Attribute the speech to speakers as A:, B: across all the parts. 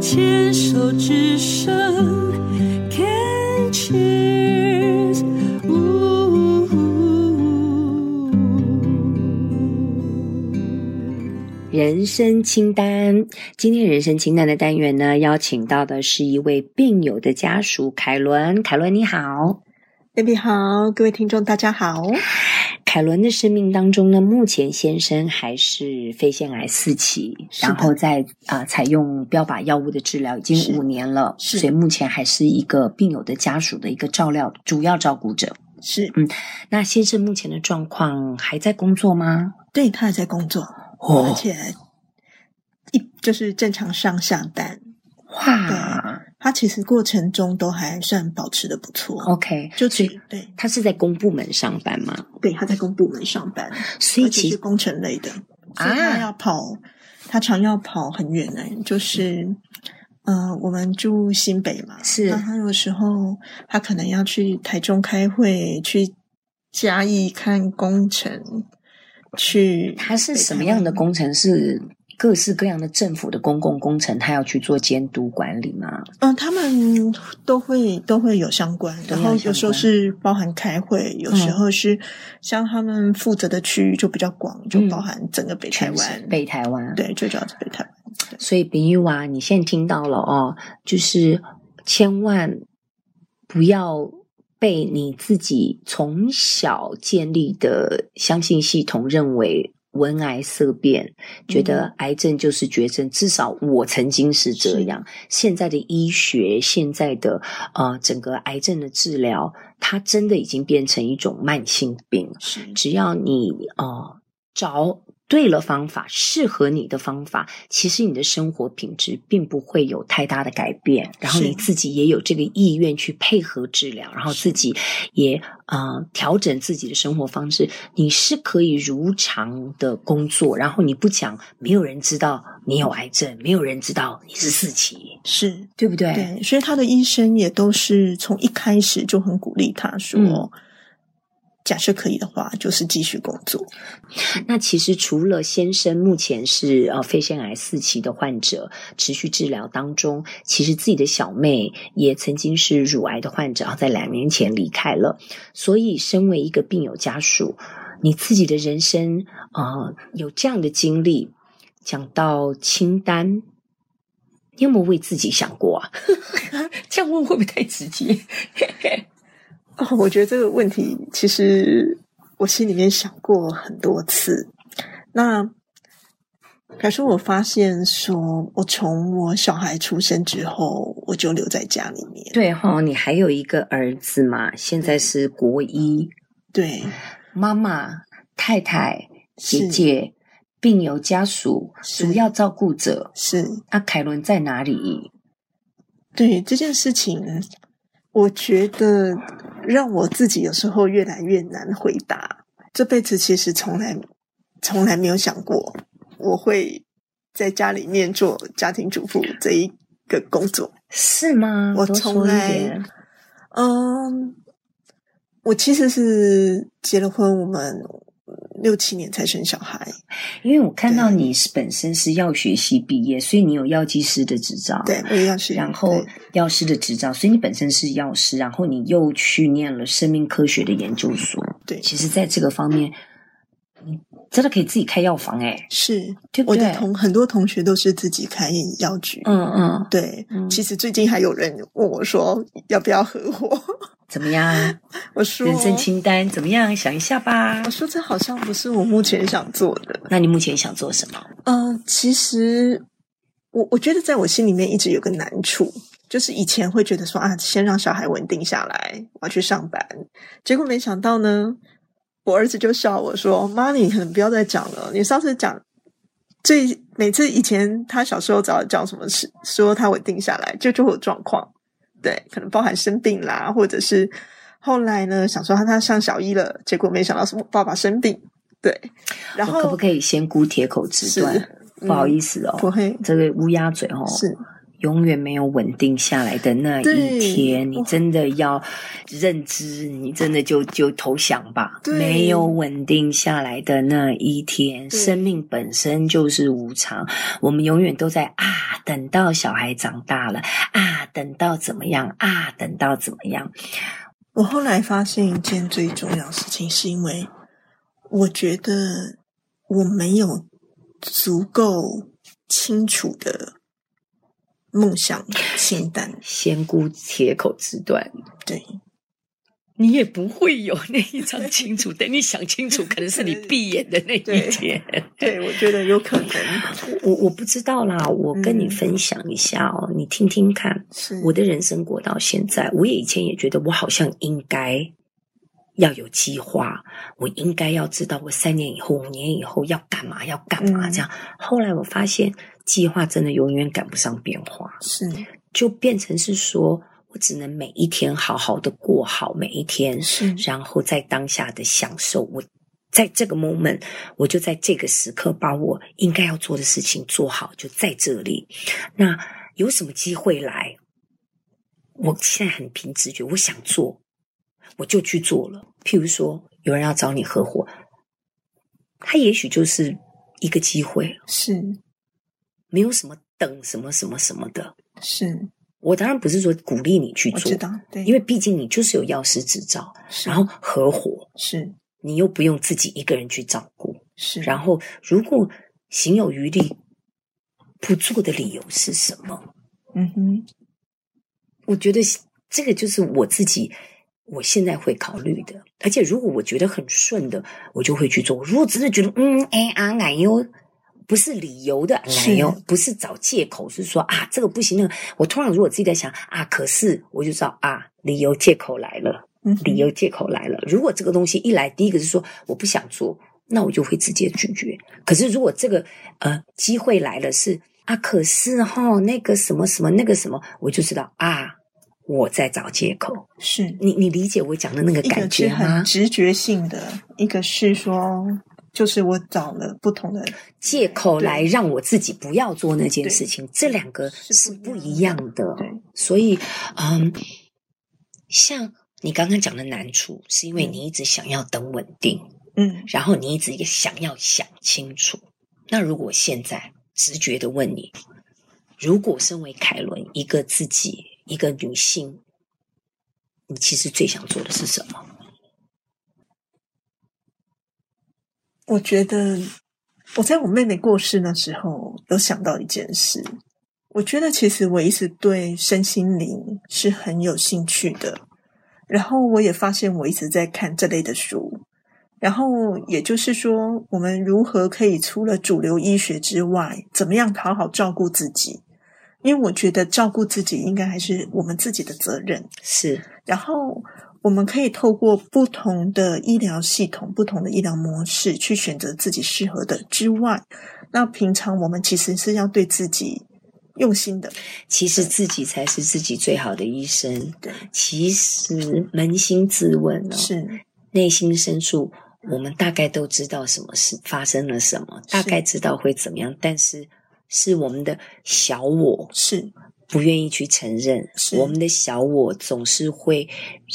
A: 牵手之声，Can cheers。人生清单，今天人生清单的单元呢，邀请到的是一位病友的家属凯伦。凯伦你好，
B: baby 好，各位听众大家好。
A: 凯伦的生命当中呢，目前先生还是肺腺癌四期，
B: 是的
A: 然后在啊、呃采用标靶药物的治疗已经
B: 是
A: 五年了，
B: 是
A: 所以目前还是一个病友的家属的一个照料主要照顾者。
B: 是
A: 那先生目前的状况还在工作吗？
B: 对他还在工作，而且一就是正常上下班。
A: 哇
B: 他其实过程中都还算保持的不错，
A: ，OK，
B: 就
A: 所
B: 是
A: 以
B: 对
A: 他是在公部门上班吗？
B: 对，他在公部门上班，
A: 所以
B: 而且
A: 其
B: 是
A: 实
B: 工程类的，所以
A: 啊
B: 他要跑，他常要跑很远呢、就是。呃，我们住新北嘛，
A: 是
B: 那他有时候他可能要去台中开会，去嘉义看工程，去
A: 他是
B: 北
A: 什
B: 台
A: 么样
B: 湾
A: 的工程？是各式各样的政府的公共工程，他要去做监督管理吗？
B: 嗯，他们都会都会有相关，
A: 都会有
B: 然后
A: 相
B: 有时候
A: 关
B: 是包含开会，有时
A: 嗯
B: 候是像他们负责的区域就比较广，就包含整个北台
A: 全
B: 湾
A: 省，北台湾。
B: 对，最主要是北台湾，
A: 所以比喻啊，你现在听到了哦，就是千万不要被你自己从小建立的相信系统认为。闻癌色变，觉得癌症就是绝症，至少我曾经是这样。现在的医学，现在的呃整个癌症的治疗，它真的已经变成一种慢性病。
B: 是
A: 只要你呃找对了方法，适合你的方法，其实你的生活品质并不会有太大的改变。然后
B: 是
A: 你自己也有这个意愿去配合治疗，然后自己也呃调整自己的生活方式，你是可以如常的工作。然后你不讲，没有人知道你有癌症，没有人知道你是四期，
B: 是，
A: 对不对？
B: 对，所以他的医生也都是从一开始就很鼓励他说，
A: 嗯
B: 假设可以的话，就是继续工作，
A: 那其实除了先生目前是呃肺腺癌四期的患者，持续治疗当中，其实自己的小妹也曾经是乳癌的患者，啊然后在两年前离开了。所以，身为一个病友家属，你自己的人生呃有这样的经历，讲到清单。你有没有为自己想过啊？ 这样问会不会太直接？
B: 哦，我觉得这个问题其实我心里面想过很多次。那可是我发现说，我从我小孩出生之后，我就留在家里面。
A: 对哈、你还有一个儿子嘛，现在是国一，
B: 对，
A: 妈妈、太太、姐
B: 是
A: 姐、病友家属、
B: 是
A: 主要照顾者。
B: 是，
A: 那、凯伦在哪里？
B: 对这件事情，我觉得让我自己有时候越来越难回答。这辈子其实从来从来没有想过我会在家里面做家庭主妇这一个工作。
A: 是吗？
B: 我
A: 多说
B: 从
A: 一
B: 来
A: 点
B: 嗯，我其实是结了婚，我们六七年才生小孩。
A: 因为我看到
B: 对
A: 你是本身是药学系毕业，所以你有药剂师的执照。
B: 对，。我也要是。
A: 啊然后
B: 对
A: 药师的执照，所以你本身是药师，然后你又去念了生命科学的研究所。
B: 对
A: 其实，在这个方面，你真的可以自己开药房哎、
B: 是
A: 对不
B: 我
A: 对？
B: 的同很多同学都是自己开药局。
A: 嗯嗯，
B: 对，
A: 嗯
B: 其实最近还有人问我说要不要合伙，
A: 怎么样？
B: 我说
A: 人生清单怎么样？想一下吧
B: 我。说这好像不是我目前想做的。
A: 那你目前想做什么？
B: 嗯、其实我我觉得在我心里面一直有个难处，就是以前会觉得说啊，先让小孩稳定下来，我要去上班。结果没想到呢，我儿子就笑我说：“妈，你可能不要再讲了，你上次讲。”最每次以前他小时候只要讲什么事，说他稳定下来，就就会有状况，对，可能包含生病啦，或者是后来呢想说他他上小一了，结果没想到是我爸爸生病，对，然后
A: 我可不可以先姑铁口直断
B: 是？
A: 不好
B: 嗯
A: 意思哦，
B: 不会
A: 这个乌鸦嘴哦，
B: 是
A: 永远没有稳定下来的那一天，
B: 对
A: 你真的要认知，你真的就就投降吧。
B: 对
A: 没有稳定下来的那一天，
B: 对
A: 生命本身就是无常。我们永远都在啊，等到小孩长大了啊，等到怎么样啊，等到怎么样。
B: 我后来发现一件最重要的事情，是因为我觉得我没有足够清楚的梦想清单。
A: 先姑且口之断，
B: 对，
A: 你也不会有那一张清楚。等你想清楚，可能是你闭眼的那一
B: 对
A: 天。
B: 对，我觉得有可能
A: 我我不知道啦，我跟你
B: 嗯
A: 分享一下哦，你听听看。
B: 是
A: 我的人生过到现在，我也以前也觉得我好像应该要有计划，我应该要知道我三年以后、五年以后要干嘛，要干嘛
B: 嗯
A: 这样。后来我发现，计划真的永远赶不上变化。
B: 是
A: 就变成是说我只能每一天好好的过好每一天，
B: 是
A: 然后在当下的享受我。在这个 moment，我就在这个时刻把我应该要做的事情做好，就在这里。那有什么机会来？我现在很凭直觉，我想做，我就去做了。譬如说，有人要找你合伙，他也许就是一个机会，
B: 是
A: 没有什么等什么什么什么的。
B: 是，
A: 我当然不是说鼓励你去
B: 我
A: 做
B: 知，道，对，
A: 因为毕竟你就是有药师执照，
B: 是
A: 然后合伙，
B: 是
A: 你又不用自己一个人去照顾。
B: 是，
A: 然后如果行有余力，不做的理由是什么？
B: 嗯哼，
A: 我觉得这个就是我自己。我现在会考虑的，而且如果我觉得很顺的，我就会去做。如果真的觉得，嗯，哎啊，奶油不是理由的，奶
B: 是
A: 油不是找借口，是说啊，这个不行，那个。我通常如果自己在想啊，可是我就知道啊，理由借口来了。
B: 嗯哼
A: 理由借口来了。如果这个东西一来，第一个是说我不想做，那我就会直接拒绝。可是如果这个呃机会来了是啊，可是哈那个什么什么那个什么，我就知道啊，我在找借口。
B: 是
A: 你你理解我讲的那个
B: 一
A: 感
B: 个是
A: 觉吗
B: 很？直觉性的，一个是说，就是我找了不同的，
A: 借口来
B: 对
A: 让我自己不要做那件
B: 对
A: 事情，这两个是
B: 是
A: 不
B: 不
A: 一
B: 一
A: 样
B: 样
A: 的。
B: 对，
A: 所以，嗯，像你刚刚讲的难处，是因为
B: 嗯
A: 你一直想要等稳定，
B: 嗯
A: 然后你一直也想要想清楚。那如果现在直觉的问你，如果身为凯伦一个自己一个女性，你其实最想做的是什么？
B: 我觉得我在我妹妹过世那时候有想到一件事，我觉得其实我一直对身心灵是很有兴趣的，然后我也发现我一直在看这类的书，然后也就是说，我们如何可以除了主流医学之外，怎么样好好照顾自己？因为我觉得照顾自己应该还是我们自己的责任，
A: 是
B: 然后我们可以透过不同的医疗系统、不同的医疗模式去选择自己适合的之外，那平常我们其实是要对自己用心的。
A: 其实自己才是自己最好的医生。
B: 对，
A: 其实扪心自问哦，
B: 是
A: 内心深处，我们大概都知道什么事发生了什么，大
B: 是
A: 概知道会怎么样，但是是我们的小我
B: 是
A: 不愿意去承认，
B: 是
A: 我们的小我总是会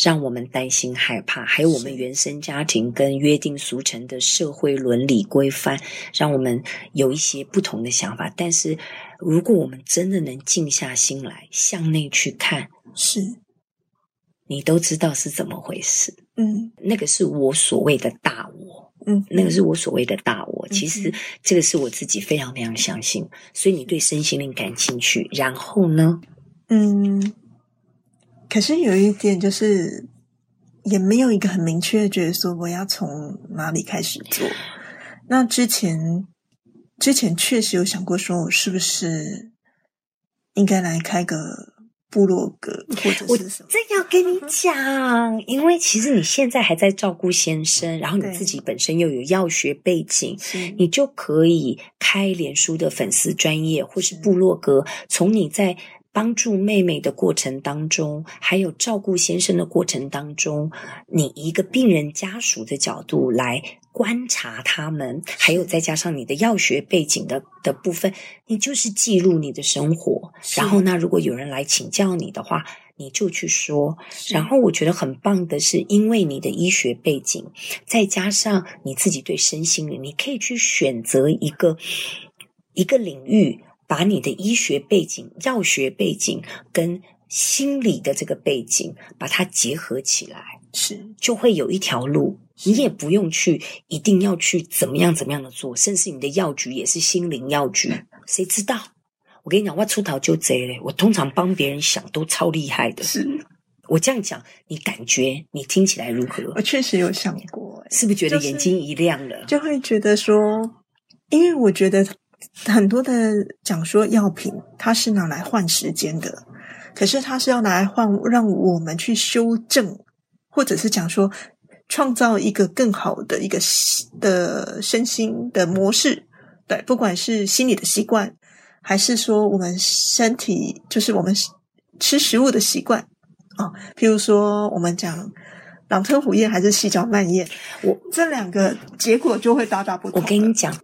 A: 让我们担心害怕，还有我们
B: 是
A: 原生家庭跟约定俗成的社会伦理规范，让我们有一些不同的想法。但是，如果我们真的能静下心来，向内去看，
B: 是，
A: 你都知道是怎么回事。
B: 嗯
A: 那个是我所谓的大我，
B: 嗯，
A: 那个是我所谓的大我。
B: 嗯
A: 其实这个是我自己非常非常相信，所以你对身心灵感兴趣，然后呢？
B: 嗯。可是有一点就是，也没有一个很明确的觉得说我要从哪里开始做。那之前之前确实有想过，说我是不是应该来开个部落格或
A: 我
B: 者是什么？
A: 这要跟你讲，因为其实你现在还在照顾先生，然后你
B: 对
A: 自己本身又有药学背景，
B: 是
A: 你就可以开脸书的粉丝专业或是部落格，从你在帮助妹妹的过程当中，还有照顾先生的过程当中，你以一个病人家属的角度来观察他们，还有再加上你的药学背景的的部分，你就是记录你的生活。
B: 是
A: 然后呢，如果有人来请教你的话，你就去说。然后我觉得很棒的是，因为你的医学背景，再加上你自己对身心灵，你可以去选择一个一个领域，把你的医学背景、药学背景跟心理的这个背景把它结合起来，
B: 是
A: 就会有一条路。你也不用去，一定要去怎么样怎么样的做，甚至你的药局也是心灵药局，谁知道？我跟你讲，我出逃就贼嘞！我通常帮别人想都超厉害的。
B: 是，
A: 我这样讲，你感觉你听起来如何？
B: 我确实有想过、欸，
A: 是不是觉得
B: 呃就是
A: 眼睛一亮了？
B: 就会觉得说，因为我觉得很多的讲说药品，它是拿来换时间的，可是它是要拿来换让我们去修正，或者是讲说创造一个更好的一个习的身心的模式，对，不管是心理的习惯，还是说我们身体，就是我们吃食物的习惯哦，譬如说我们讲。朗吞虎咽还是细嚼慢咽，
A: 我
B: 这两个结果就会大大不同
A: 我
B: 了。
A: 跟你讲，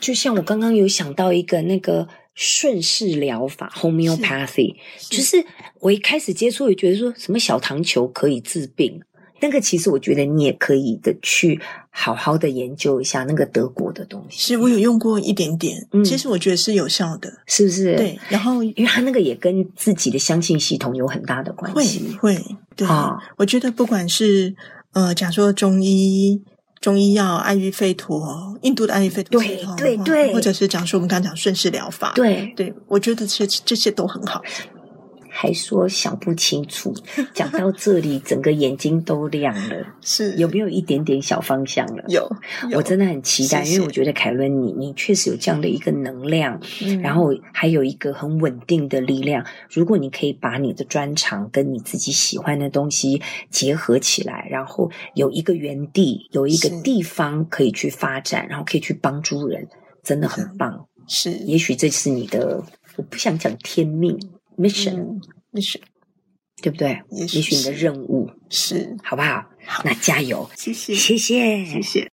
A: 就像我刚刚有想到一个那个顺势疗法 （homeopathy），就是我一开始接触也觉得说什么小糖球可以治病，那个其实我觉得你也可以的去好好的研究一下那个德国的东西，
B: 是我有用过一点点，
A: 嗯
B: 其实我觉得是有效的。
A: 是不是？，
B: 对，然后
A: 因为它那个也跟自己的相信系统有很大的关
B: 会
A: 系。
B: 会对、
A: 啊
B: 我觉得不管是呃，假如说中医。中医药、阿育吠陀、印度的阿育吠陀
A: 对
B: 系统
A: 对
B: 哈
A: 对
B: 或者是讲说我们刚刚讲顺势疗法，
A: 对，
B: 对，我觉得这这些都很好。
A: 还说想不清楚，讲到这里，整个眼睛都亮了，
B: 是
A: 有没有一点点小方向了？
B: 有有，
A: 我真的很期待，
B: 谢谢
A: 因为我觉得凯伦你，你确实有这样的一个能量，
B: 嗯
A: 然后还有一个很稳定的力量。如果你可以把你的专长跟你自己喜欢的东西结合起来，然后有一个园地，有一个
B: 是
A: 地方可以去发展，然后可以去帮助人，真的
B: 嗯
A: 很棒。
B: 是
A: 也许这是你的，我不想讲天命 mission，、
B: 嗯，也许
A: 对不对？
B: 也许
A: 也许你的
B: 是
A: 任务，
B: 是
A: 好不好？
B: 好，
A: 那加油，
B: 谢谢
A: 谢谢，
B: 谢谢。